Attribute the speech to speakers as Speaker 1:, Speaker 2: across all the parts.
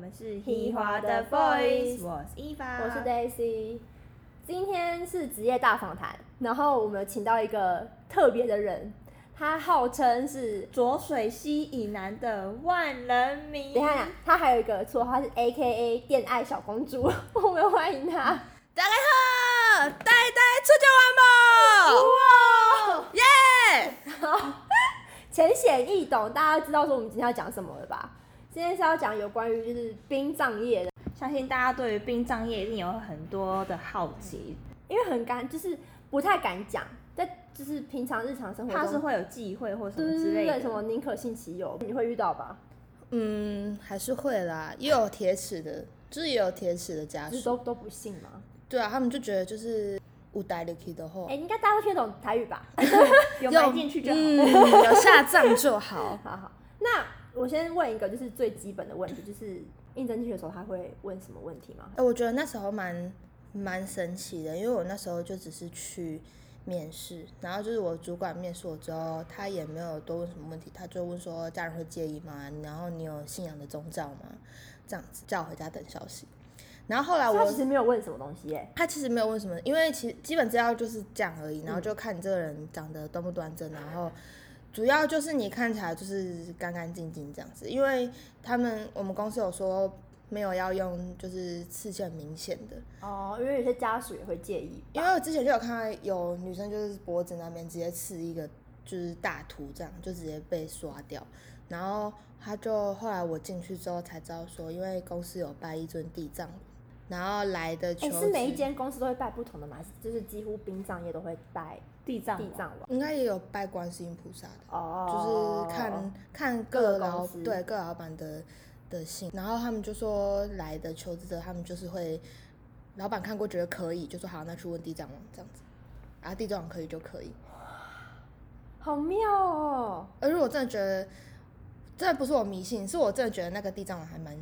Speaker 1: 们是
Speaker 2: He 华
Speaker 1: The
Speaker 2: The Voice
Speaker 1: 我是伊凡，
Speaker 2: 我是 Daisy，今天是职业大访谈，然后我们有请到一个特别的人，他号称是，
Speaker 1: 浊水溪以南的万人迷。
Speaker 2: 等一下，他还有一个绰号他是 A K A 恋爱小公主， 我们欢迎他。
Speaker 3: 大家好，呆呆出去玩不？
Speaker 2: 哇，
Speaker 3: 耶、
Speaker 2: 浅显易懂，大家知道说我们今天要讲什么了吧？今天是要讲有关于就是殡葬业的，
Speaker 1: 相信大家对于殡葬业一定有很多的好奇，
Speaker 2: 因为很干，就是不太敢讲，在就是平常日常生活中，
Speaker 1: 怕是会有忌讳或什
Speaker 2: 对
Speaker 1: 么
Speaker 2: 对
Speaker 1: 之
Speaker 2: 对
Speaker 1: 类
Speaker 2: 嗯对，
Speaker 1: 的。
Speaker 2: 什么宁可信其有，你会遇到吧？
Speaker 3: 嗯，还是会啦，也有铁齿的，就是也有铁齿的家
Speaker 2: 就是
Speaker 3: 属。
Speaker 2: 都都不信吗？
Speaker 3: 对啊，他们就觉得就是五代力气的话
Speaker 2: 哎、，应该大家都听得懂台语吧？。
Speaker 1: 有埋进去就好。
Speaker 3: 嗯，有下葬就好
Speaker 2: 好好，那我先问一个就是最基本的问题，就是应征进去的时候他会问什么问题吗
Speaker 3: 哎、？我觉得那时候蛮蛮神奇的，因为我那时候就只是去面试，然后就是我主管面试我之后，他也没有多问什么问题，他就问说家人会介意吗？然后你有信仰的宗教吗？这样子叫我回家等消息。然后后来
Speaker 2: 他
Speaker 3: 我
Speaker 2: 其实没有问什么东西耶、
Speaker 3: 他其实没有问什么，因为其基本资料就是这样而已，然后就看你这个人长得端不端正，然
Speaker 2: 嗯
Speaker 3: 后主要就是你看起来就是干干净净这样子。因为他们我们公司有说没有要用就是刺线明显的，
Speaker 2: 哦，因为有些家属也会介意，
Speaker 3: 因为我之前就有看到有女生就是脖子那边直接刺一个就是大图，这样就直接被刷掉。然后他就后来我进去之后才知道说，因为公司有拜一尊地藏，然后来的求
Speaker 2: 哎、
Speaker 3: 职、
Speaker 2: 是每一间公司都会拜不同的吗？还是就是几乎殡葬业都会拜
Speaker 1: 地藏
Speaker 2: 地
Speaker 1: 王
Speaker 2: 藏王？
Speaker 3: 应该也有拜观世音菩萨的，
Speaker 2: 哦，
Speaker 3: 就是看看
Speaker 2: 各
Speaker 3: 各
Speaker 2: 个公
Speaker 3: 老
Speaker 2: 司
Speaker 3: 对各老板的的信，然后他们就说来的求职者，他们就是会老板看过觉得可以，就说好，那去问地藏王这样子，然后地藏王可以就可以。
Speaker 2: 好妙哦。
Speaker 3: 而如果真的觉得，真的不是我迷信，是我真的觉得那个地藏王还蛮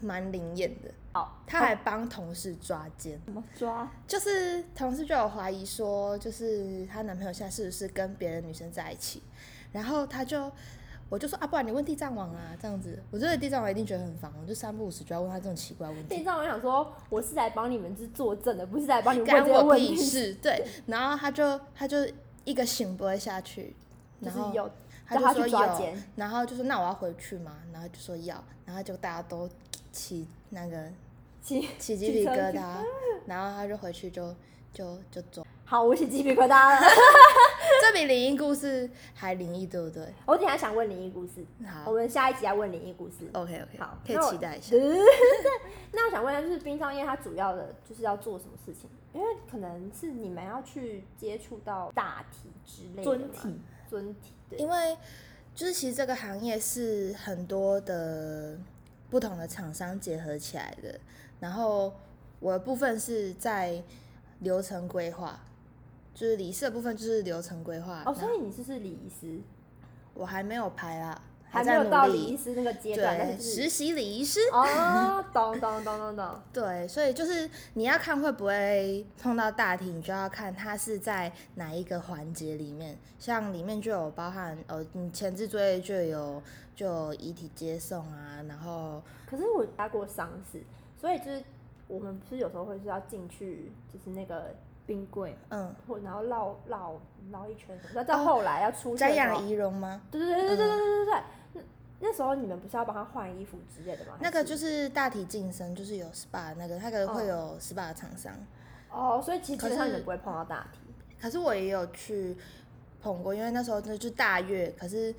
Speaker 3: 蛮灵验的，
Speaker 2: 好，
Speaker 3: 他还帮同事抓奸。
Speaker 1: 怎么抓？
Speaker 3: 就是同事就有怀疑说，就是她男朋友现在是不是跟别的女生在一起？然后她就，我就说啊，不然你问地藏王啊，这样子。我觉得地藏王一定觉得很烦，哦我就三不五时就要问他这种奇怪问
Speaker 2: 地
Speaker 3: 题，
Speaker 2: 藏王想说，哦我是来帮你们就是作证的，不是来帮你们问
Speaker 3: 干
Speaker 2: 这些
Speaker 3: 我
Speaker 2: 问
Speaker 3: 屁
Speaker 2: 题，
Speaker 3: 事？对。然后他就他就一个醒不会下去，
Speaker 2: 就
Speaker 3: 然
Speaker 2: 是
Speaker 3: 后
Speaker 2: 有
Speaker 3: 他
Speaker 2: 叫他
Speaker 3: 就说
Speaker 2: 去抓
Speaker 3: 有
Speaker 2: 奸，
Speaker 3: 然后就说那我要回去嘛，然后就说要，然后就大家都起那个
Speaker 2: 起
Speaker 3: 起鸡
Speaker 2: 起鸡
Speaker 3: 皮
Speaker 2: 皮
Speaker 3: 疙
Speaker 2: 疙
Speaker 3: 瘩，然后他就回去就就就走。
Speaker 2: 好，我起鸡皮疙瘩了。
Speaker 3: 这比灵异故事还灵异，对不对？
Speaker 2: 我等一下想问灵异故事，
Speaker 3: 好
Speaker 2: 我们下一集来问灵异故事。
Speaker 3: ，OK OK，
Speaker 2: 好，
Speaker 3: 可以
Speaker 2: 那我
Speaker 3: 期待 一下。
Speaker 2: 那我想问一下，就是殡葬业它主要的就是要做什么事情？因为可能是你们要去接触到大体之类的
Speaker 1: 尊
Speaker 2: 嘛
Speaker 1: 体，
Speaker 2: 尊体哦对。
Speaker 3: 因为就是其实这个行业是很多的不同的厂商结合起来的，然后我的部分是在流程规划，就是礼仪的部分就是流程规划。
Speaker 2: 哦，
Speaker 3: 那
Speaker 2: 所以你就是礼仪师，
Speaker 3: 我还没有排啦，
Speaker 2: 还没
Speaker 3: 在
Speaker 2: 有到
Speaker 3: 努
Speaker 2: 礼仪
Speaker 3: 力。
Speaker 2: 师那个阶段，但是
Speaker 3: 对，
Speaker 2: 就
Speaker 3: 实
Speaker 2: 是
Speaker 3: 习礼仪师。
Speaker 2: 哦，懂懂懂懂懂，
Speaker 3: 对，所以就是你要看会不会碰到大题，你就要看它是在哪一个环节里面。像里面就有包含呃，你前置作业就有就有遗体接送啊，然后
Speaker 2: 可是我搭过丧事，所以就是我们不是有时候会是要进去，就是那个
Speaker 1: 冰柜
Speaker 3: 嗯，
Speaker 2: 或然后绕绕绕一圈什么，那到后来要出去
Speaker 3: 瞻
Speaker 2: 的时候
Speaker 3: 仰仪容吗？
Speaker 2: 对对对对对对对对对。那那时候你们不是要帮他换衣服之类的吗？
Speaker 3: 那个就是是大体晋升，就是有 SPA 那个，那个会有 SPA 的厂商。
Speaker 2: 哦，所以其实基本上
Speaker 3: 可
Speaker 2: 你
Speaker 3: 是
Speaker 2: 们不会碰到大题。
Speaker 3: 可是我也有去捧过，因为那时候就就大月，可是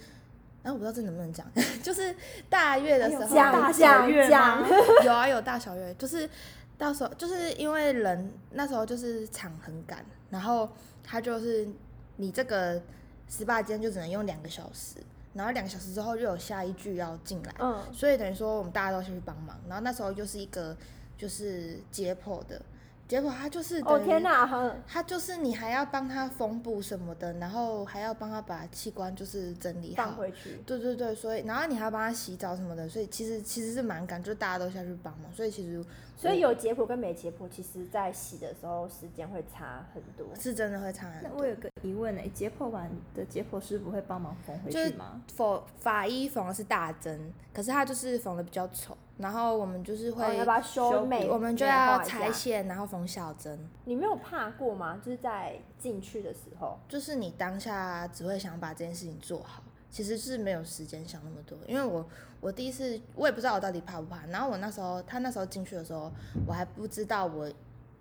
Speaker 3: 哎、我不知道这能不能讲， 就是大月的时候，
Speaker 1: 讲大小月吗
Speaker 2: 讲，
Speaker 3: 有啊，有大小月，就是到时候就是因为人那时候就是场很赶，然后他就是你这个十八间就只能用两个小时，然后两个小时之后又有下一句要进来，
Speaker 2: 嗯，
Speaker 3: 所以等于说我们大家都先去帮忙，然后那时候又是一个就是解剖的，结果他就是
Speaker 2: 哦
Speaker 3: 等于
Speaker 2: 天哪，很
Speaker 3: 他就是你还要帮他缝补什么的，然后还要帮他把器官就是整理
Speaker 2: 放
Speaker 3: 好，
Speaker 2: 回去。
Speaker 3: 对对对，所以然后你还要帮他洗澡什么的，所以其实其实是蛮赶，就大家都下去帮忙，所以其实
Speaker 2: 所以有结果跟没结果，其实在洗的时候时间会差很多。
Speaker 3: 是真的会差很
Speaker 1: 那
Speaker 3: 多。
Speaker 1: 我有个疑问呢、解剖完的解剖师不会帮忙缝回
Speaker 3: 就
Speaker 1: 去
Speaker 3: 是
Speaker 1: 吗？
Speaker 3: 缝法医缝的是大针，可是他就是缝的比较丑，然后我们就是
Speaker 2: 哦
Speaker 3: 会，
Speaker 2: 要把它修
Speaker 1: 修
Speaker 2: 美，
Speaker 3: 我们就
Speaker 2: 美化
Speaker 3: 要
Speaker 2: 一下
Speaker 3: 拆线，然后缝小针。
Speaker 2: 你没有怕过吗？就是在进去的时候，
Speaker 3: 就是你当下只会想把这件事情做好，其实是没有时间想那么多。因为我我第一次我也不知道我到底怕不怕，然后我那时候他那时候进去的时候，我还不知道我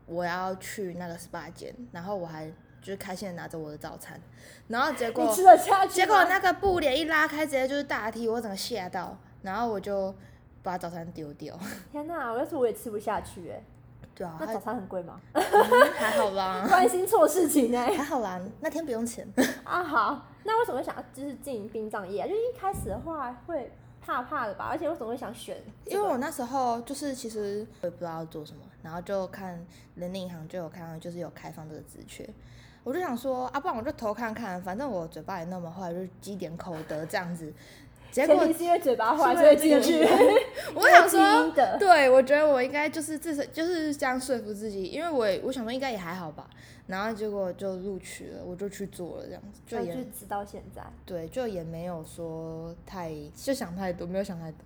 Speaker 3: 我要去那个 SPA 间，然后我还就是开心的拿着我的早餐，然后结
Speaker 2: 你
Speaker 3: 果
Speaker 2: 吃得下去吗？
Speaker 3: 结果那个布帘一拉开，直接就是大梯，我整个吓到，然后我就把早餐丢掉。
Speaker 2: 天哪！我要是我也吃不下去哎、
Speaker 3: 对啊，
Speaker 2: 那
Speaker 3: 还
Speaker 2: 早餐很贵吗？
Speaker 3: 还好啦，
Speaker 2: 关心错事情哎、
Speaker 3: 还好啦，那天不用钱。
Speaker 2: 啊好，那为什么会想要就是进殡葬业啊？就一开始的话会怕怕的吧，而且为什么会想选这个、
Speaker 3: 因为我那时候就是其实我也不知道做什么，然后就看人力银行就有看到就是有开放这个职缺，我就想说啊，不然我就投看看，反正我嘴巴也那么坏，就积点口德这样子。结果
Speaker 2: 前提是因为嘴巴坏
Speaker 1: 是
Speaker 2: 所以
Speaker 1: 为
Speaker 2: 进
Speaker 1: 这
Speaker 2: 去
Speaker 1: 个，
Speaker 3: 我想
Speaker 2: 基
Speaker 3: 说
Speaker 2: 因的，
Speaker 3: 对我觉得我应该就是至少就是这样说服自己，因为我也我想说应该也还好吧，然后结果就录取了，我就去做了这样子，就
Speaker 2: 然后
Speaker 3: 也
Speaker 2: 哦就直到现在
Speaker 3: 对，就也没有说太就想太多，没有想太多。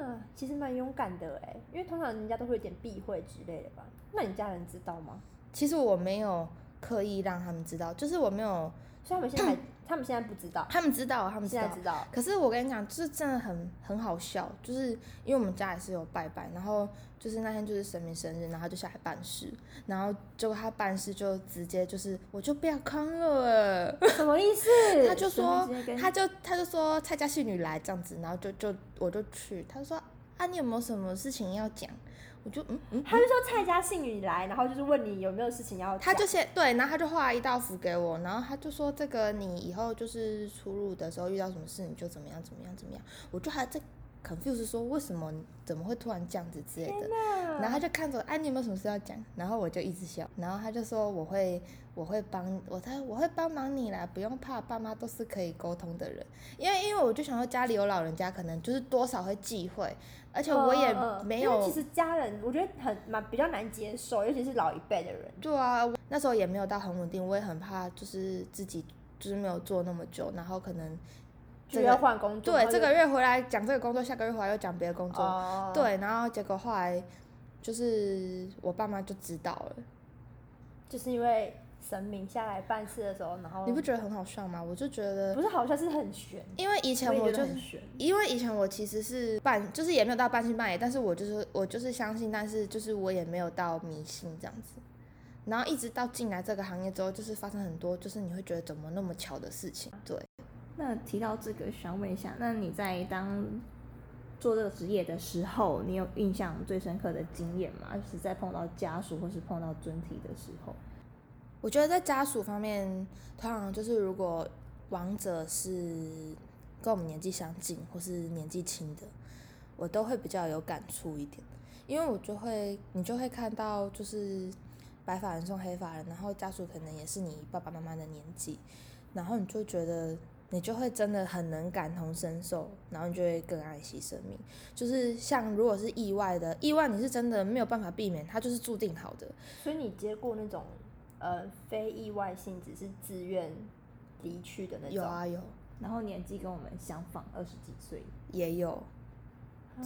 Speaker 2: 啊，其实蛮勇敢的哎、因为通常人家都会有点避讳之类的吧？那你家人知道吗？
Speaker 3: 其实我没有刻意让他们知道，就是我没有。
Speaker 2: 所以他们现 在还他们现在不知道，
Speaker 3: 他们知道，他们知
Speaker 2: 现
Speaker 3: 道
Speaker 2: 在。知 道，
Speaker 3: 可是我跟你讲，就是真的很很好笑，就是因为我们家也是有拜拜，然后就是那天就是神明生日，然后他就下来办事，然后结果他办事就直接就是我就不要康了欸，
Speaker 2: 什么意思？
Speaker 3: 他就说
Speaker 2: 直接跟
Speaker 3: 他就他就说蔡家戏女来这样子，然后就就我就去，他就说啊你有没有什么事情要讲？我就嗯嗯，
Speaker 2: 他就说蔡家信女来，然后就是问你有没有事情要讲，
Speaker 3: 他就先对，然后他就画一道符给我，然后他就说这个你以后就是出入的时候遇到什么事你就怎么样怎么样怎么样，我就还在 confuse 说为什么怎么会突然这样子之类的，然后他就看着我，哎、你有没有什么事要讲？然后我就一直笑，然后他就说我会我会帮我他我会帮忙你啦，不用怕，爸妈都是可以沟通的人，因为因为我就想说家里有老人家可能就是多少会忌讳，而且我也
Speaker 2: 嗯嗯嗯
Speaker 3: 没
Speaker 2: 因
Speaker 3: 有、
Speaker 2: 为其实家人我觉得很蛮比较难接受，尤其是老一辈的人。
Speaker 3: 对啊，我那时候也没有到很稳定，我也很怕，就是自己就是没有做那么久，然后可能
Speaker 2: 就
Speaker 3: 这
Speaker 2: 要
Speaker 3: 个
Speaker 2: 换工作，
Speaker 3: 对
Speaker 2: 然后
Speaker 3: 这
Speaker 2: 就
Speaker 3: 个月回来讲这个工作，下个月回来又讲别的工作，
Speaker 2: 哦，，
Speaker 3: 对，然后结果后来就是我爸妈就知道了，
Speaker 2: 就是因为神明下来办事的时候，然后
Speaker 3: 你不觉得很好笑吗？我就觉得，
Speaker 2: 不是好像是很悬，
Speaker 3: 因为以前
Speaker 2: 我
Speaker 3: 我
Speaker 2: 也觉
Speaker 3: 就
Speaker 2: 得
Speaker 3: 是
Speaker 2: 很悬，
Speaker 3: 因为以前我其实是半，就是也没有到半信半疑，但是我就是我就是相信，但是就是我也没有到迷信这样子。然后一直到进来这个行业之后，就是发生很多，就是你会觉得怎么那么巧的事情，对。
Speaker 1: 那提到这个，想问一下，那你在当做这个职业的时候，你有印象最深刻的经验吗？就是在碰到家属或是碰到尊体的时候，
Speaker 3: 我觉得在家属方面，通常就是如果亡者是跟我们年纪相近或是年纪轻的，我都会比较有感触一点，因为我就会你就会看到就是白发人送黑发人，然后家属可能也是你爸爸妈妈的年纪，然后你就觉得你就会真的很能感同身受，然后你就会更爱惜生命。就是像如果是意外的意外，你是真的没有办法避免，它就是注定好的。
Speaker 2: 所以你接过那种呃非意外性质是自愿离去的那种，
Speaker 3: 有啊有，
Speaker 1: 然后年纪跟我们相仿，二十几岁，
Speaker 3: 也有。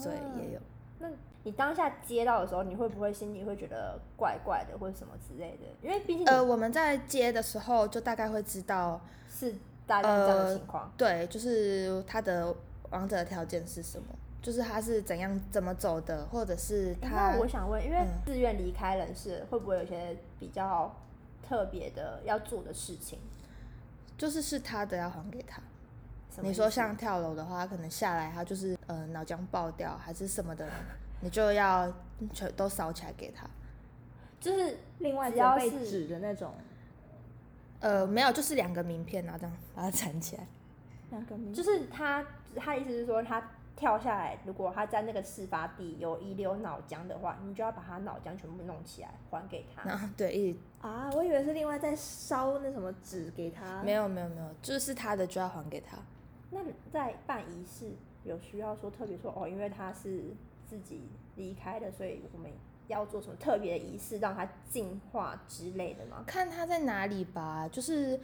Speaker 3: 对，也
Speaker 2: 有。
Speaker 3: 有。
Speaker 2: 啊那你当下接到的时候，你会不会心里会觉得怪怪的，或者什么之类的？因为毕竟
Speaker 3: 呃，
Speaker 2: 你
Speaker 3: 我们在接的时候就大概会知道，
Speaker 2: 是大量这样的
Speaker 3: 呃
Speaker 2: 情况，
Speaker 3: 对，就是他的王者的条件是什么，就是他是怎样怎么走的，或者是
Speaker 2: 欸
Speaker 3: 他
Speaker 2: 那我想问，因为
Speaker 3: 嗯
Speaker 2: 自愿离开人世，会不会有一些比较特别的要做的事情？
Speaker 3: 就是是他的要还给他。
Speaker 2: 什么
Speaker 3: 你
Speaker 2: 意
Speaker 3: 说
Speaker 2: 思
Speaker 3: 像跳楼的话，他可能下来他就是呃脑浆爆掉还是什么的，你就要全都扫起来给他。
Speaker 2: 就是
Speaker 1: 另外
Speaker 2: 只
Speaker 1: 只
Speaker 2: 要
Speaker 1: 被
Speaker 2: 是
Speaker 1: 指的那种，
Speaker 3: 呃，没有，就是两个名片啊，这样把它 缠起来。
Speaker 1: 那个名
Speaker 2: 就是他他意思是说他跳下来，如果他在那个事发地有遗留脑浆的话，你就要把他脑浆全部弄起来还给他。
Speaker 3: 然后对，一直
Speaker 1: 啊，我以为是另外再烧那什么纸给他，
Speaker 3: 没有没有没有，就是他的就要还给他。
Speaker 2: 那在办仪式有需要说特别说哦，因为他是自己离开的，所以我们要做什么特别的仪式让他净化之类的吗？
Speaker 3: 看他在哪里吧。就是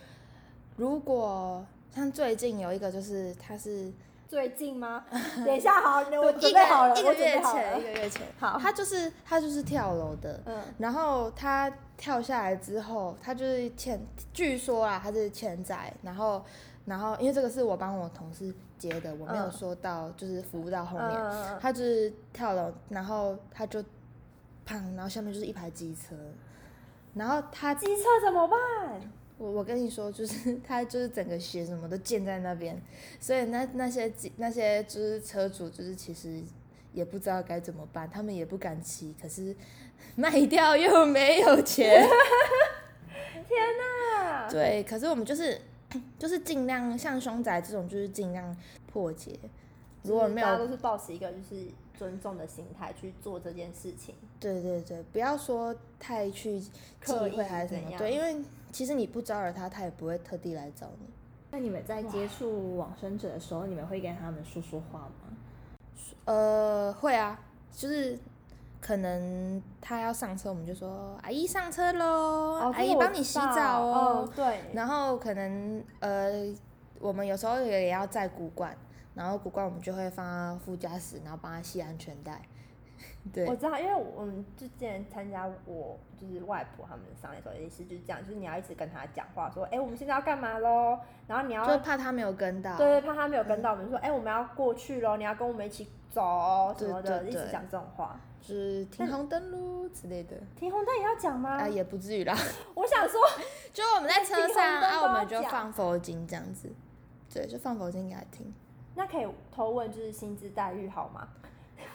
Speaker 3: 如果像最近有一个，就是他是
Speaker 2: 最近 吗？等一下，好，我
Speaker 3: 一
Speaker 2: 准备好了，
Speaker 3: 个
Speaker 2: 我
Speaker 3: 一个
Speaker 2: 准备
Speaker 3: 月
Speaker 2: 好了嗯
Speaker 3: 前，一。个月前，
Speaker 2: 好
Speaker 3: 他就是他就是跳楼的，
Speaker 2: 嗯，
Speaker 3: 然后他跳下来之后，他就是欠，据说啊，他是欠债，然后，然后因为这个是我帮我同事接的，我没有
Speaker 2: 嗯
Speaker 3: 说到，就是服务到后面，
Speaker 2: 嗯
Speaker 3: 他就是跳楼，然后他就，砰，然后下面就是一排机车，然后他，
Speaker 2: 机车怎么办？
Speaker 3: 我我跟你说，就是 他就是整个血什么都溅在那边，所以那那些机那些就是车主就是其实。也不知道该怎么办，他们也不敢骑，可是 卖掉又没有钱，
Speaker 2: 天哪！
Speaker 3: 对，可是我们就是就是尽量像凶宅这种，就是尽量破解。如果没
Speaker 2: 大家都
Speaker 3: 有，
Speaker 2: 是保持一个就是尊重的心态去做这件事情。
Speaker 3: 对对对，不要说太去忌
Speaker 2: 刻意
Speaker 3: 讳还是什
Speaker 2: 怎
Speaker 3: 么，
Speaker 2: 样
Speaker 3: 对，因为其实你不招惹他，他也不会特地来找你。
Speaker 1: 那你们在接触往生者的时候，你们会跟他们说说话吗？
Speaker 3: 呃，会啊，就是可能他要上车，我们就说阿姨上车喽，哦阿姨帮你洗澡哦。
Speaker 2: 哦，对，
Speaker 3: 然后可能呃，我们有时候也要载骨罐，然后骨罐我们就会放到副驾驶，然后帮他系安全带。 对
Speaker 2: 我，知道，因为我们就之前参加我就是外婆他们的丧礼的时候，也是就是这样，就是你要一直跟他讲话，说，哎、我们现在要干嘛喽？然后你要
Speaker 3: 就怕他没有跟到。
Speaker 2: 对，怕他没有跟到我们，说，哎、我们要过去喽，你要跟我们一起走哦什
Speaker 3: 对
Speaker 2: 么的，
Speaker 3: 对
Speaker 2: 一
Speaker 3: 对
Speaker 2: 直讲这种话。
Speaker 3: 就是停红灯喽之类的。
Speaker 2: 停红灯也要讲吗？
Speaker 3: 啊，也不至于 啦。
Speaker 2: 我想说，
Speaker 3: 就我们在车
Speaker 2: 嗯停红
Speaker 3: 上，
Speaker 2: 灯
Speaker 3: 啊，
Speaker 2: 都
Speaker 3: 我们
Speaker 2: 要
Speaker 3: 就
Speaker 2: 讲
Speaker 3: 放佛经这样子。对，就放佛经给他听。
Speaker 2: 那可以偷问就是薪资待遇好吗？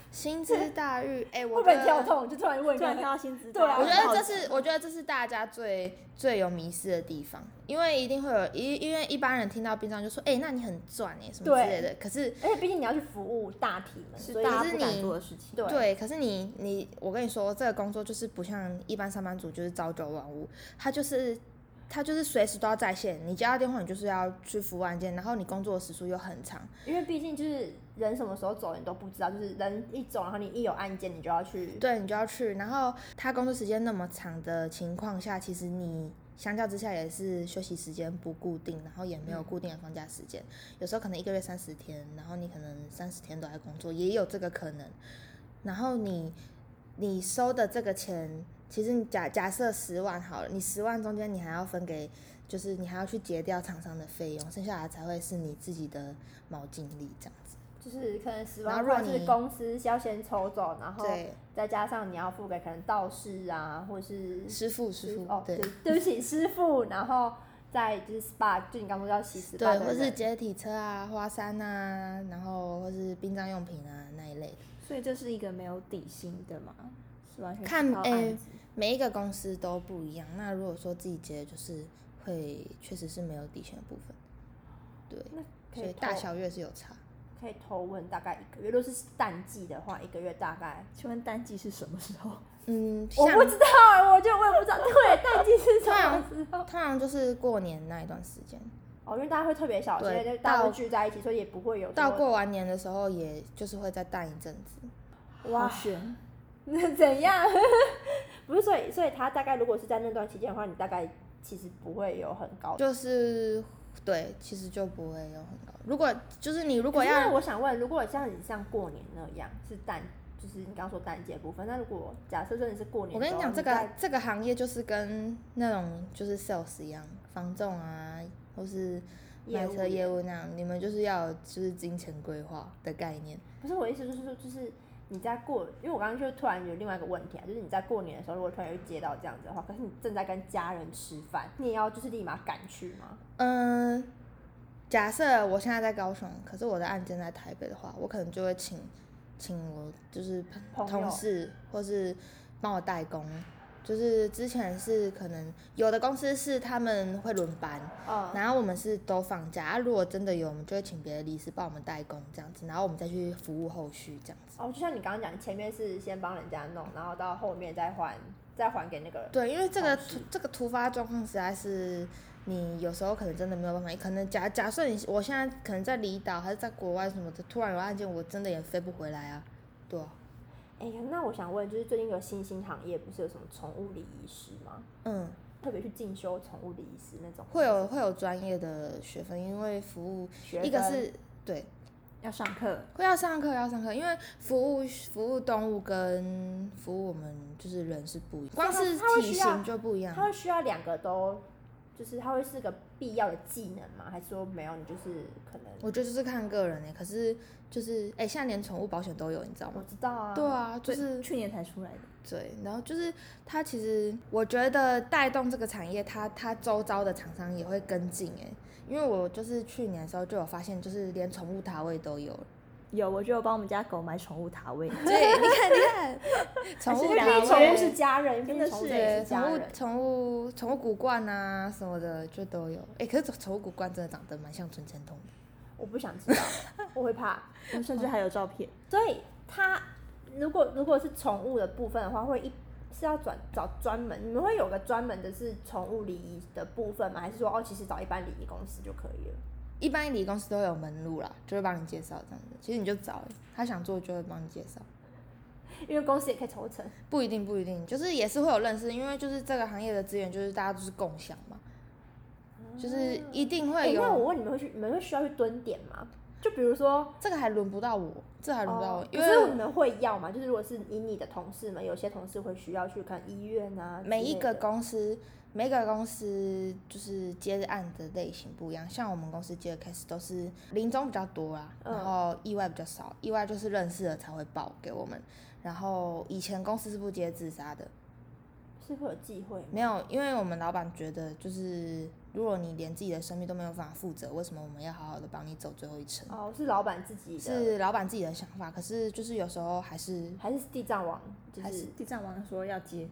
Speaker 3: 薪资大狱，哎、
Speaker 2: 会
Speaker 3: 我
Speaker 2: 不
Speaker 3: 觉
Speaker 2: 会
Speaker 3: 得
Speaker 2: 跳痛？就突然问一
Speaker 1: 突然
Speaker 2: 个
Speaker 1: 看，到薪资
Speaker 2: 对啊
Speaker 1: 单
Speaker 3: 我觉
Speaker 1: 很好
Speaker 3: 得这
Speaker 1: 奇
Speaker 3: 是，我觉得这是大家最最有迷失的地方，因为一定会有，因因为一般人听到殡葬就说，哎、那你很赚哎、什么之类的。可是，
Speaker 2: 而且毕竟你要去服务大体们，所
Speaker 1: 是
Speaker 2: 以
Speaker 1: 大家
Speaker 3: 可是
Speaker 1: 不
Speaker 3: 你
Speaker 1: 敢做的事情。
Speaker 2: 对
Speaker 3: 对，可是你你，我跟你说，这个工作就是不像一般上班族，就是朝九晚五，他就是他就是随时都要在线，你接到电话，你就是要去服务案件，然后你工作的时数又很长，
Speaker 2: 因为毕竟就是人什么时候走你都不知道，就是人一走，然后你一有案件你就要去。
Speaker 3: 对你就要去，然后他工作时间那么长的情况下，其实你相较之下也是休息时间不固定，然后也
Speaker 2: 嗯
Speaker 3: 没有固定的放假时间，有时候可能一个月三十天，然后你可能三十天都在工作，也有这个可能。然后你你收的这个钱，其实你假假设十万好了，你十万中间你还要分给，就是你还要去结掉厂商的费用，剩下来才会是你自己的毛巾力这样子。
Speaker 2: 就是可能十
Speaker 3: 然后
Speaker 2: 万
Speaker 3: 如果
Speaker 2: 块是
Speaker 3: 你
Speaker 2: 公司要先抽走，然后
Speaker 3: 对，
Speaker 2: 再加上你要付给可能道士啊，或是
Speaker 3: 师傅师傅
Speaker 2: 哦，
Speaker 3: 对
Speaker 2: 对，对不起，师傅，然后再就是 SPA，就你刚说要洗 SPA，的
Speaker 3: 对，或是
Speaker 2: 人
Speaker 3: 解体车啊、花山啊，然后或是殡葬用品啊那一类的，
Speaker 1: 所以这是一个没有底薪的嘛，是完全是
Speaker 3: 看
Speaker 1: 靠
Speaker 3: 诶
Speaker 1: 案子
Speaker 3: 每一个公司都不一样。那如果说自己接，就是会确实是没有底线的部分，对，
Speaker 2: 那可
Speaker 3: 所以
Speaker 2: 以
Speaker 3: 大
Speaker 2: 偷
Speaker 3: 小月是有差。
Speaker 2: 可以偷问大概一个月，如果是淡季的话，一个月大概
Speaker 1: 请问淡季是什么时候？
Speaker 3: 嗯，
Speaker 2: 我
Speaker 3: 像
Speaker 2: 不知道欸，我就我也不知道，对，淡季是什么 时候？
Speaker 3: 通常就是过年那一段时间，
Speaker 2: 哦，因为大家会特别小心，
Speaker 3: 对
Speaker 2: 因为大家
Speaker 3: 到
Speaker 2: 会聚在一起，所以也不会有
Speaker 3: 到
Speaker 2: 说
Speaker 3: 过完年的时候，也就是会再淡一阵子。
Speaker 1: 哇，
Speaker 2: 哇
Speaker 1: 选
Speaker 2: 那怎样？不是，所以所以他大概如果是在那段期间的话，你大概其实不会有很高的。
Speaker 3: 就是对，其实就不会有很高。如果就是你如
Speaker 2: 如
Speaker 3: 果要
Speaker 2: 我想问，如果像你像过年那样是淡，就是你刚刚说淡季的部分，那如果假设真的是过年
Speaker 3: 我
Speaker 2: 的时
Speaker 3: 跟
Speaker 2: 候，
Speaker 3: 你讲，这
Speaker 2: 在
Speaker 3: 个这个行业就是跟那种就是 sales 一样，房仲啊，或是
Speaker 2: 业
Speaker 3: 买
Speaker 2: 务
Speaker 3: 车
Speaker 2: 员
Speaker 3: 业务那样，你们就是要有就是金钱规划的概念。
Speaker 2: 不是我的意思，就是说就是。你在过，因为我刚刚就突然有另外一个问题啊，就是你在过年的时候，如果突然又接到这样子的话，可是你正在跟家人吃饭，你也要就是立马赶去吗？
Speaker 3: 嗯，假设我现在在高雄，可是我的案件在台北的话，我可能就会请请我就是
Speaker 2: 朋友
Speaker 3: 同事或是帮我代工。就是之前是可能有的公司是他们会轮班，
Speaker 2: 嗯，
Speaker 3: 然后我们是都放假，啊、如果真的有，我们就会请别的律师帮我们代工这样子，然后我们再去服务后续这样子。
Speaker 2: 哦，就像你刚刚讲，前面是先帮人家弄，然后到后面再还，再还给那个人。
Speaker 3: 对，因为这个
Speaker 2: 同
Speaker 3: 突这个突发状况实在是，你有时候可能真的没有办法，可能假假设你我现在可能在离岛还是在国外什么的，突然有案件，我真的也飞不回来啊。对啊
Speaker 2: 哎、那我想问，就是最近有新兴行业，不是有什么宠物礼仪师吗？
Speaker 3: 嗯，
Speaker 2: 特别去进修宠物礼仪师那种，
Speaker 3: 会有会有专业的学分，因为服务
Speaker 2: 学
Speaker 3: 一个
Speaker 2: 分
Speaker 3: 是对，
Speaker 1: 要上课，
Speaker 3: 会要上课，要上课，因为服务服务动物跟服务我们就是人是不一样，光
Speaker 2: 所以
Speaker 3: 是
Speaker 2: 它它会
Speaker 3: 体
Speaker 2: 需要
Speaker 3: 型就不一样
Speaker 2: 他。会需要两个都，就是他会是个必要的技能吗？还是说没有？你就是可能
Speaker 3: 我觉得就是看个人诶、欸可是就是哎、现在连宠物保险都有，你知道
Speaker 2: 我
Speaker 3: 吗？
Speaker 2: 知道啊，
Speaker 3: 对，啊，就
Speaker 1: 对
Speaker 3: 是
Speaker 1: 去年才出来的。
Speaker 3: 对，然后就是它其实我觉得带动这个产业，它它周遭的厂商也会跟进诶、因为我就是去年的时候就有发现，就是连宠物塔位都有了。
Speaker 1: 有，我就有帮我们家狗买宠物塔 位，
Speaker 3: 对，你看， 你看，宠
Speaker 1: 还
Speaker 3: 物
Speaker 1: 是
Speaker 2: 毕
Speaker 1: 两个
Speaker 3: 塔
Speaker 2: 竟
Speaker 1: 位
Speaker 2: 宠物
Speaker 3: 位
Speaker 2: 是家人，毕
Speaker 1: 真的
Speaker 2: 竟宠物
Speaker 1: 是
Speaker 2: 也
Speaker 3: 对，
Speaker 2: 是家
Speaker 3: 宠物
Speaker 2: 人。
Speaker 3: 宠物宠物骨罐啊什么的就都有。哎、可是宠物骨罐真的长得蛮像存钱筒的。
Speaker 2: 我不想知道，我会怕。
Speaker 1: 我甚至还有照片。
Speaker 2: 所以它如果如果是宠物的部分的话，会一是要转找专门，你们会有个专门的是宠物礼仪的部分吗？还是说哦，其实找一般礼仪公司就可以了？
Speaker 3: 一般礼仪公司都有门路啦，就会帮你介绍这样子。其实你就找、欸、他想做就会帮你介绍，
Speaker 2: 因为公司也可以抽成，
Speaker 3: 不一定不一定，就是也是会有认识，因为就是这个行业的资源就是大家都是共享嘛，就是一定
Speaker 2: 哎、
Speaker 3: 会有。
Speaker 2: 嗯那我问你们会去，你们会需要去蹲点吗？就比如说，
Speaker 3: 这个还轮不到我，这个还轮不到我，
Speaker 2: 哦
Speaker 3: 因
Speaker 2: 可是
Speaker 3: 为
Speaker 2: 你们会要吗？就是如果是以你的同事们，有些同事会需要去看医院啊之类的，
Speaker 3: 每一个公司，每一个公司就是接案的类型不一样。像我们公司接的 case 都是临终比较多啦，
Speaker 2: 嗯
Speaker 3: 然后意外比较少，意外就是认识了才会报给我们。然后以前公司是不接自杀的，
Speaker 2: 是会有忌讳吗？
Speaker 3: 没有，因为我们老板觉得就是如果你连自己的生命都没有办法负责，为什么我们要好好的帮你走最后一程？
Speaker 2: 哦，是老板自己的，
Speaker 3: 是老板自己的想法，可是就是有时候还是
Speaker 2: 还是地藏王，就
Speaker 3: 还
Speaker 2: 是
Speaker 1: 地藏王说要接，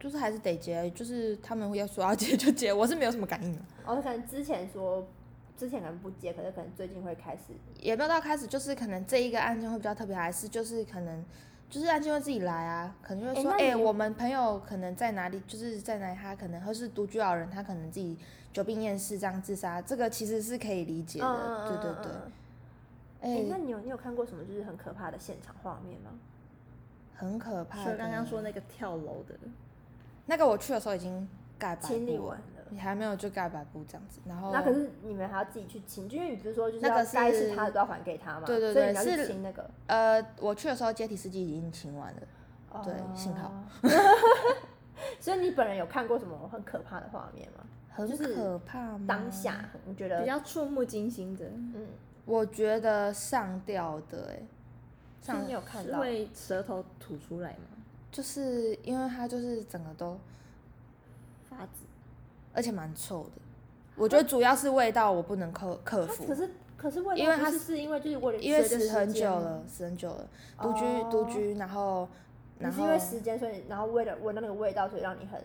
Speaker 3: 就是还是得接，就是他们要说要接就接，我是没有什么感应的。
Speaker 2: 哦，可能之前说之前可能不接，可是可能最近会开始
Speaker 3: 也没有到开始，就是可能这一个案件会比较特别，还是就是可能就是案件会自己来啊，可能就会
Speaker 2: 诶
Speaker 3: 说，
Speaker 2: 那你
Speaker 3: 哎、我们朋友可能在哪里，就是在哪里，他可能或是独居老人，他可能自己久病厌世这样自杀，这个其实是可以理解的，对对对。
Speaker 2: 哎、
Speaker 3: 嗯哎、
Speaker 2: 那你有你有看过什么就是很可怕的现场画面吗？
Speaker 3: 很可怕
Speaker 1: 说
Speaker 3: 的。
Speaker 1: 刚刚说那个跳楼的，
Speaker 3: 那个我去的时候已经盖白
Speaker 2: 清理
Speaker 3: 布
Speaker 2: 完
Speaker 3: 了，
Speaker 2: 了，
Speaker 3: 你还没有就盖白布这样子，然后
Speaker 2: 那可是你们还要自己去清，就因为你不是说就是
Speaker 3: 哦那
Speaker 2: 要
Speaker 3: 个是
Speaker 2: 该是他的都要还给他嘛，
Speaker 3: 对对
Speaker 2: 所以
Speaker 3: 对
Speaker 2: 你要去
Speaker 3: 是
Speaker 2: 清那个。
Speaker 3: 呃，我去的时候接体司机已经请完了。对幸好
Speaker 2: 哦。 所以你本人有看过什么很可怕的画面吗？
Speaker 3: 很
Speaker 2: 就是
Speaker 3: 可怕吗？
Speaker 2: 当下你觉得
Speaker 1: 比较触目惊心的，
Speaker 2: 嗯，
Speaker 3: 我觉得上吊的、欸，
Speaker 2: 是
Speaker 3: 上
Speaker 2: 你有看
Speaker 1: 是
Speaker 2: 到？
Speaker 1: 会舌头吐出来吗？
Speaker 3: 就是因为它就是整个都，
Speaker 1: 发紫，
Speaker 3: 而且蛮臭的。我觉得主要是味道我不能克克
Speaker 2: 它啊可
Speaker 3: 服，
Speaker 2: 是可是为
Speaker 3: 因为它
Speaker 2: 它是是因为就是我
Speaker 3: 因为
Speaker 2: 随着
Speaker 3: 死很
Speaker 2: 时间
Speaker 3: 久
Speaker 2: 吗
Speaker 3: 了，死很久了，独居独
Speaker 2: 哦
Speaker 3: 居，然后
Speaker 2: 你
Speaker 3: 然
Speaker 2: 是
Speaker 3: 后
Speaker 2: 因为时间，所以然后嗯为了闻到那个味道，所以让你很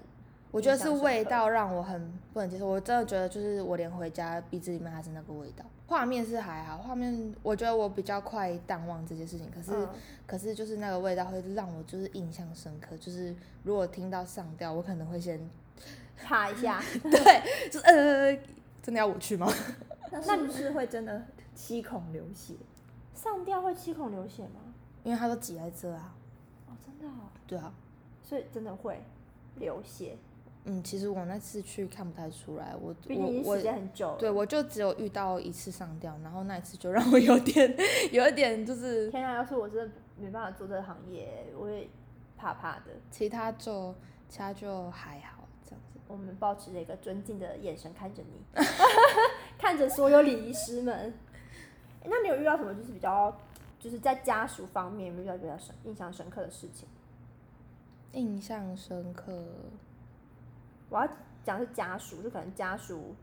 Speaker 3: 我觉得
Speaker 2: 印
Speaker 3: 是
Speaker 2: 象深
Speaker 3: 味
Speaker 2: 刻
Speaker 3: 道让我很不能接受，我真的觉得就是我连回家鼻子里面还是那个味道。画面是还好，画面我觉得我比较快淡忘这件事情，可是、
Speaker 2: 嗯
Speaker 3: 可是就是那个味道会让我就是印象深刻，就是如果听到上吊，我可能会先
Speaker 2: 怕一下。
Speaker 3: 对，就是呃，真的要我去吗？
Speaker 1: 那是不是会真的七孔流血？
Speaker 2: 上吊会七孔流血吗？
Speaker 3: 因为他都挤在这啊，
Speaker 2: 哦，真的、哦，
Speaker 3: 对啊，
Speaker 2: 所以真的会流血，
Speaker 3: 嗯，其实我那次去看不太出来，我
Speaker 2: 毕
Speaker 3: 我
Speaker 2: 竟已经
Speaker 3: 我
Speaker 2: 时，间很久了。
Speaker 3: 对，我就只有遇到一次上吊，然后那一次就让我有点 有一点就是
Speaker 2: 天啊，要是我真的没办法做这个行业，我会怕怕的。
Speaker 3: 其他就其他就还好这样子，
Speaker 2: 我们保持着一个尊敬的眼神看着你， 看着所有礼仪师们。诶那你有遇到什么就是比较，就是在家属方面有没有遇到比较深印象深刻的事情？
Speaker 3: 印象深刻。
Speaker 2: 我要讲是家属，就可能家属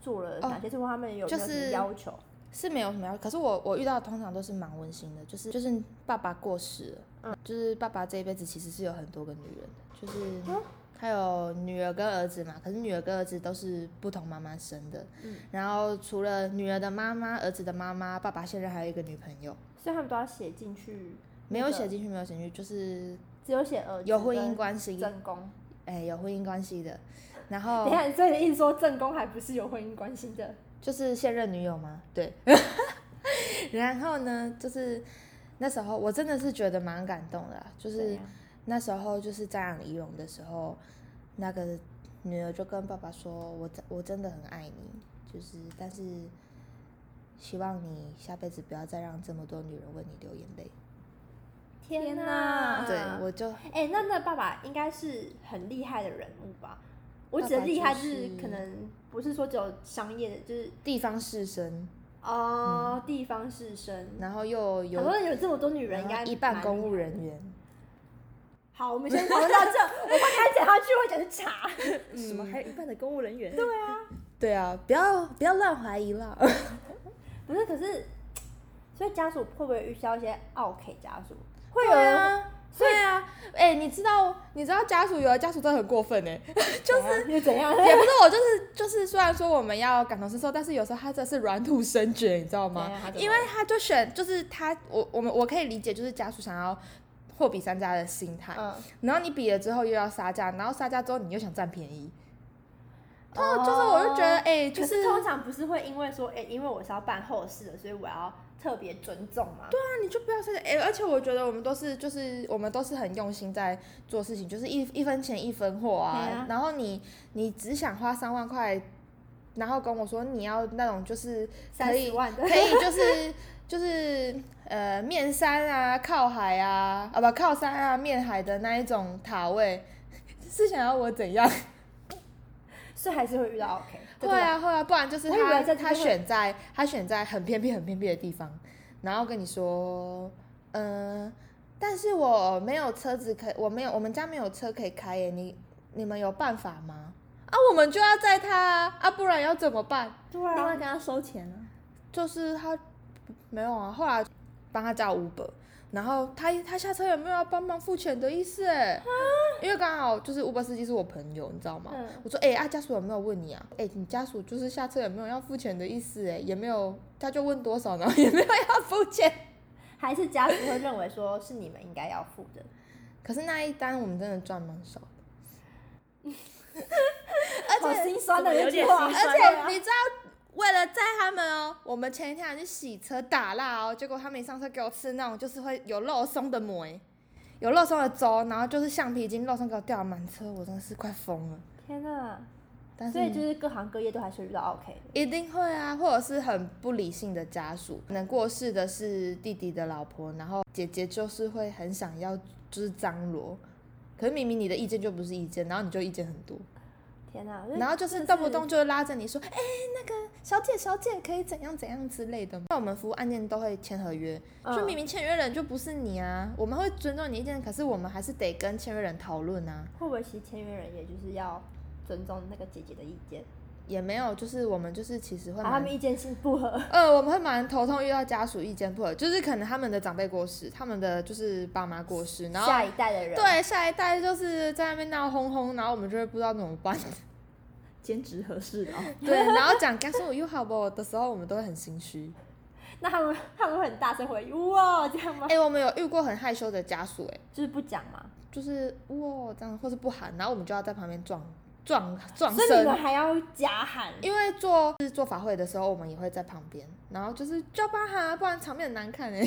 Speaker 2: 做了哪些事，或他们有没有
Speaker 3: 就
Speaker 2: 什
Speaker 3: 是
Speaker 2: 么要求？
Speaker 3: 是没有什么要，可是我我遇到的通常都是蛮温馨的，就是就是爸爸过世了，嗯，就是爸爸这一辈子其实是有很多个女人的，就是
Speaker 2: 嗯
Speaker 3: 他有女儿跟儿子嘛，可是女儿跟儿子都是不同妈妈生的，
Speaker 2: 嗯
Speaker 3: 然后除了女儿的妈妈、儿子的妈妈，爸爸现在还有一个女朋友，
Speaker 2: 所以他们都要写进去，
Speaker 3: 没有写进去，没有写进去，就是
Speaker 2: 只有写儿子
Speaker 3: 有婚姻
Speaker 2: 跟
Speaker 3: 关系，哦
Speaker 2: 正宫。
Speaker 3: 哎，有婚姻关系的，
Speaker 2: 等
Speaker 3: 然
Speaker 2: 一
Speaker 3: 后
Speaker 2: 下，所以你一说正宫还不是有婚姻关系的，
Speaker 3: 就是现任女友嘛，对。 然后呢，就是那时候我真的是觉得蛮感动的啦，啊就是
Speaker 2: 啊
Speaker 3: 那时候就是在养仪容的时候，那个女儿就跟爸爸说：“我真我真的很爱你，就是但是希望你下辈子不要再让这么多女人为你流眼泪。
Speaker 2: 天
Speaker 1: 天
Speaker 2: 哪！
Speaker 1: 哪
Speaker 3: 对，我就
Speaker 2: 哎、那那爸爸应该是很厉害的人物吧？我
Speaker 3: 爸
Speaker 2: 指的
Speaker 3: 爸
Speaker 2: 厉害
Speaker 3: 就
Speaker 2: 就是
Speaker 3: 是
Speaker 2: 可能不是说只有商业的，就是
Speaker 3: 地方士绅，
Speaker 2: 哦、地方士绅。
Speaker 3: 嗯然后又有
Speaker 2: 很多人有这么多女人，
Speaker 3: 然
Speaker 2: 应该
Speaker 3: 后一半
Speaker 2: 蛮
Speaker 3: 公务
Speaker 2: 厉害的
Speaker 3: 人员，
Speaker 2: 好，我们先讨论到这，我怕他讲下去会讲是茶。
Speaker 1: 什么还有一半的公务人员？嗯对，
Speaker 3: 对啊，不要不要乱怀疑了。
Speaker 2: 不是，可是，所以家属会不会遇到一些 OK 家属？会有
Speaker 3: 对
Speaker 2: 人
Speaker 3: 啊，对啊，哎、你知道你知道家属有的家属真的很过分哎、
Speaker 2: 就是又怎样？
Speaker 3: 也不是我就是就是，虽然说我们要感同身受，但是有时候他真的是软土生卷，你知道吗
Speaker 2: 怎样他？怎么
Speaker 3: 因为他就选就是他，我我们我可以理解，就是家属想要货比三家的心态，
Speaker 2: 嗯，
Speaker 3: 然后你比了之后又要杀价，然后杀价之后你又想占便宜。哦，就是我就觉得，哎、就
Speaker 2: 可是通常不是会因为说，哎、因为我是要办后事的，所以我要特别尊重嘛。对，
Speaker 3: 那你就不要说，哎、而且我觉得我们都是，就是我们都是很用心在做事情，就是一一分钱一分货啊。
Speaker 2: 对啊
Speaker 3: 然后你你只想花三万块，然后跟我说你要那种就是可
Speaker 2: 三
Speaker 3: 以
Speaker 2: 十万的
Speaker 3: 可以就是 就是呃面山啊靠海啊啊不靠山啊面海的那一种塔位， 是想要我怎样？
Speaker 2: 所以还是会遇到 OK。
Speaker 3: 会，啊会啊，不然就是
Speaker 2: 我以为
Speaker 3: 他
Speaker 2: 在这
Speaker 3: 他
Speaker 2: 边会
Speaker 3: 选在他选在很偏僻很偏僻的地方，然后跟你说，嗯、但是我没有车子可以，我没有我们家没有车可以开耶，你你们有办法吗？啊，我们就要载他啊，啊不然要怎么办？
Speaker 2: 对
Speaker 1: 另外
Speaker 2: 啊
Speaker 1: 跟，他收钱啊。
Speaker 3: 就是他没有啊，后来帮他叫 Uber，然后他他下车也没有要帮忙付钱的意思哎，因为刚好就是 Uber 司机是我朋友，你知道吗？
Speaker 2: 嗯
Speaker 3: 我说哎、欸啊家属有没有问你啊？哎、你家属就是下车也没有要付钱的意思哎，也没有他就问多少，然后也没有要付钱。
Speaker 2: 还是家属会认为说是你们应该要付的。
Speaker 3: 可是那一单我们真的赚蛮少的，
Speaker 2: 好心酸的一
Speaker 1: 有
Speaker 2: 句
Speaker 1: 点
Speaker 2: 话，
Speaker 1: 心
Speaker 3: 而
Speaker 1: 酸
Speaker 3: 且你知道。为了载他们哦，我们前一天还去洗车打蜡哦，结果他们一上车给我吃那种就是会有肉松的馍，有肉松的粥，然后就是橡皮筋肉松给我掉了满车，我真的是快疯了。
Speaker 2: 天哪！
Speaker 3: 但是
Speaker 2: 所以就是各行各业都还是会遇到 OK 的。
Speaker 3: 一定会啊，或者是很不理性的家属，可能过世的是弟弟的老婆，然后姐姐就是会很想要就是张罗，可是明明你的意见就不是意见，然后你就意见很多。
Speaker 2: 天哪！
Speaker 3: 然后就是动不动就拉着你说，哎、那个小姐小姐可以怎样怎样之类的。那我们服务案件都会签合约，
Speaker 2: 嗯
Speaker 3: 就明明签约人就不是你啊，我们会尊重你意见，可是我们还是得跟签约人讨论啊。
Speaker 2: 会不会其实签约人也就是要尊重那个姐姐的意见，
Speaker 3: 也没有，就是我们就是其实会
Speaker 2: 啊，他
Speaker 3: 蛮，
Speaker 2: 们意见性不合，
Speaker 3: 呃，我们会蛮头痛，遇到家属意见不合，就是可能他们的长辈过世，他们的就是爸妈过世，然后
Speaker 2: 下一代的人，
Speaker 3: 对下一代就是在那边闹哄哄，然后我们就会不知道怎么 办。
Speaker 1: 兼职合适 的、哦，
Speaker 3: 对，然后讲该说我又好不的时候，我们都会很心虚。
Speaker 2: 那他们他们会很大声回应哇这样吗？
Speaker 3: 哎、我们有遇过很害羞的家属、哎，
Speaker 2: 就是不讲嘛，
Speaker 3: 就是哇这样，或是不喊，然后我们就要在旁边撞撞撞
Speaker 2: 所以你们
Speaker 3: 声。
Speaker 2: 还要假喊，
Speaker 3: 因为做就是做法会的时候，我们也会在旁边，然后就是叫帮喊啊，不然场面很难看哎、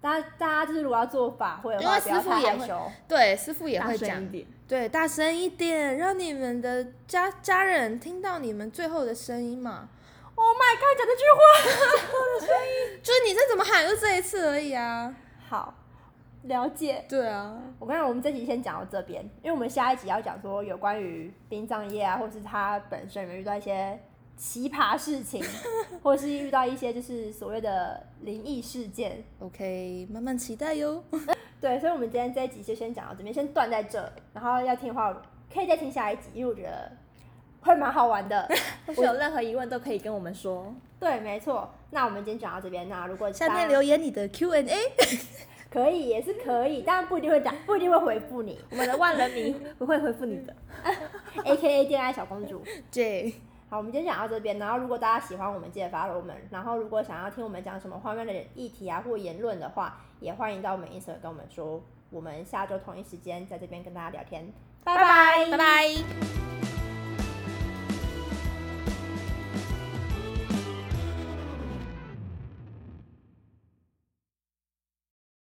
Speaker 2: 大家大家就是如果要做法会的话，
Speaker 3: 因为
Speaker 2: 不要
Speaker 3: 师傅
Speaker 2: 太
Speaker 3: 也
Speaker 2: 害
Speaker 3: 会
Speaker 2: 羞，
Speaker 3: 对，师傅也
Speaker 1: 大
Speaker 3: 会
Speaker 1: 声
Speaker 3: 讲
Speaker 1: 一，点。
Speaker 3: 对，大声一点，让你们的家家人听到你们最后的声音嘛。
Speaker 2: Oh my god！讲这句话，
Speaker 3: 就是你再怎么喊，就这一次而已啊。
Speaker 2: 好了解。
Speaker 3: 对啊，
Speaker 2: 我跟你讲，我们这集先讲到这边，因为我们下一集要讲说有关于殡葬业啊，或是他本身有没有遇到一些奇葩事 情，或是遇到一些就是所谓的灵异事件。
Speaker 3: ，OK，慢慢期待哟。
Speaker 2: 对，所以我们今天这一集就先讲到这边，先断在这，然后要听的话可以再听下一集，因为我觉得会蛮好 玩的。
Speaker 1: 或是有任何疑问都可以跟我们说。
Speaker 2: 对，没错。那我们今天讲到这边，那如果
Speaker 3: 下
Speaker 2: 大家
Speaker 3: 面留言你的 Q&A，
Speaker 2: 可以也是可以，但不一定会讲，不一定会回复你
Speaker 1: 我们的万人 迷不会回复你的。
Speaker 2: ，A K A 恋爱小公主。
Speaker 3: 对，
Speaker 2: 好，我们今天讲到这边。然后，如果大家喜欢我们，记得 follow 我们。然后，如果想要听我们讲什么方面的议题啊或言论的话，也欢迎到我们 Instagram 跟我们说。我们下周同一时间在这边跟大家聊天，拜拜，
Speaker 3: 拜拜。